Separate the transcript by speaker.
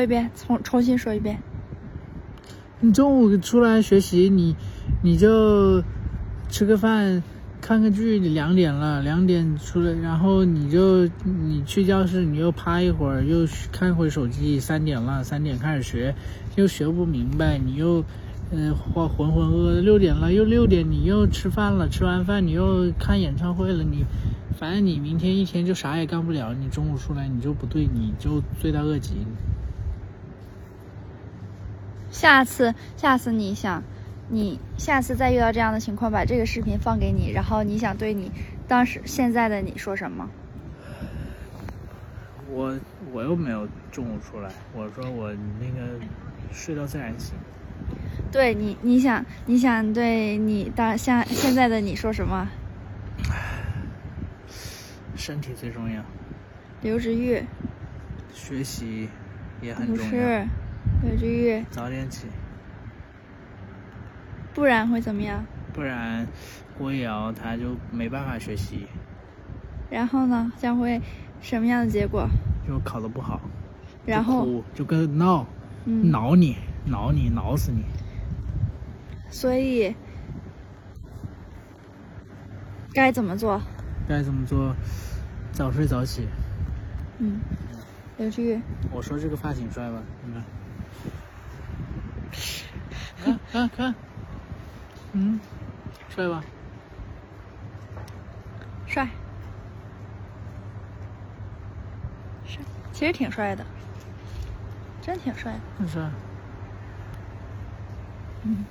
Speaker 1: 一遍，重重新说一遍。
Speaker 2: 你中午出来学习，你你就吃个饭，看个剧，两点了，两点出来，然后你就你去教室，你又趴一会儿，又看会手机，三点了，三点开始学，又学不明白，你又嗯浑浑浑噩噩，六点了，又六点，你又吃饭了，吃完饭你又看演唱会了，你反正你明天一天就啥也干不了，你中午出来你就不对，你就罪大恶极。
Speaker 1: 下次，下次你想，你下次再遇到这样的情况，把这个视频放给你，然后你想对你当时现在的你说什么？
Speaker 2: 我我又没有中午出来，我说我那个睡到自然醒。
Speaker 1: 对你，你想，你想对你当下现在的你说什么？
Speaker 2: 身体最重要，
Speaker 1: 刘植玉，
Speaker 2: 学习也很
Speaker 1: 不
Speaker 2: 重要
Speaker 1: 是，，刘植玉，
Speaker 2: 早点起，
Speaker 1: 不然会怎么样？
Speaker 2: 不然郭瑶她就没办法学习，
Speaker 1: 然后呢，将会什么样的结果？
Speaker 2: 就考得不好，就
Speaker 1: 然后，
Speaker 2: 哭就跟闹，
Speaker 1: 嗯，
Speaker 2: 挠你，挠你，挠死你。
Speaker 1: 所以该怎么做？
Speaker 2: 该怎么做？早睡早起。
Speaker 1: 嗯，刘志玉，
Speaker 2: 我说这个发挺帅吧？你看，看看看，嗯，帅吧？
Speaker 1: 帅，帅，其实挺帅的，真挺帅的。
Speaker 2: 很帅。
Speaker 1: 嗯，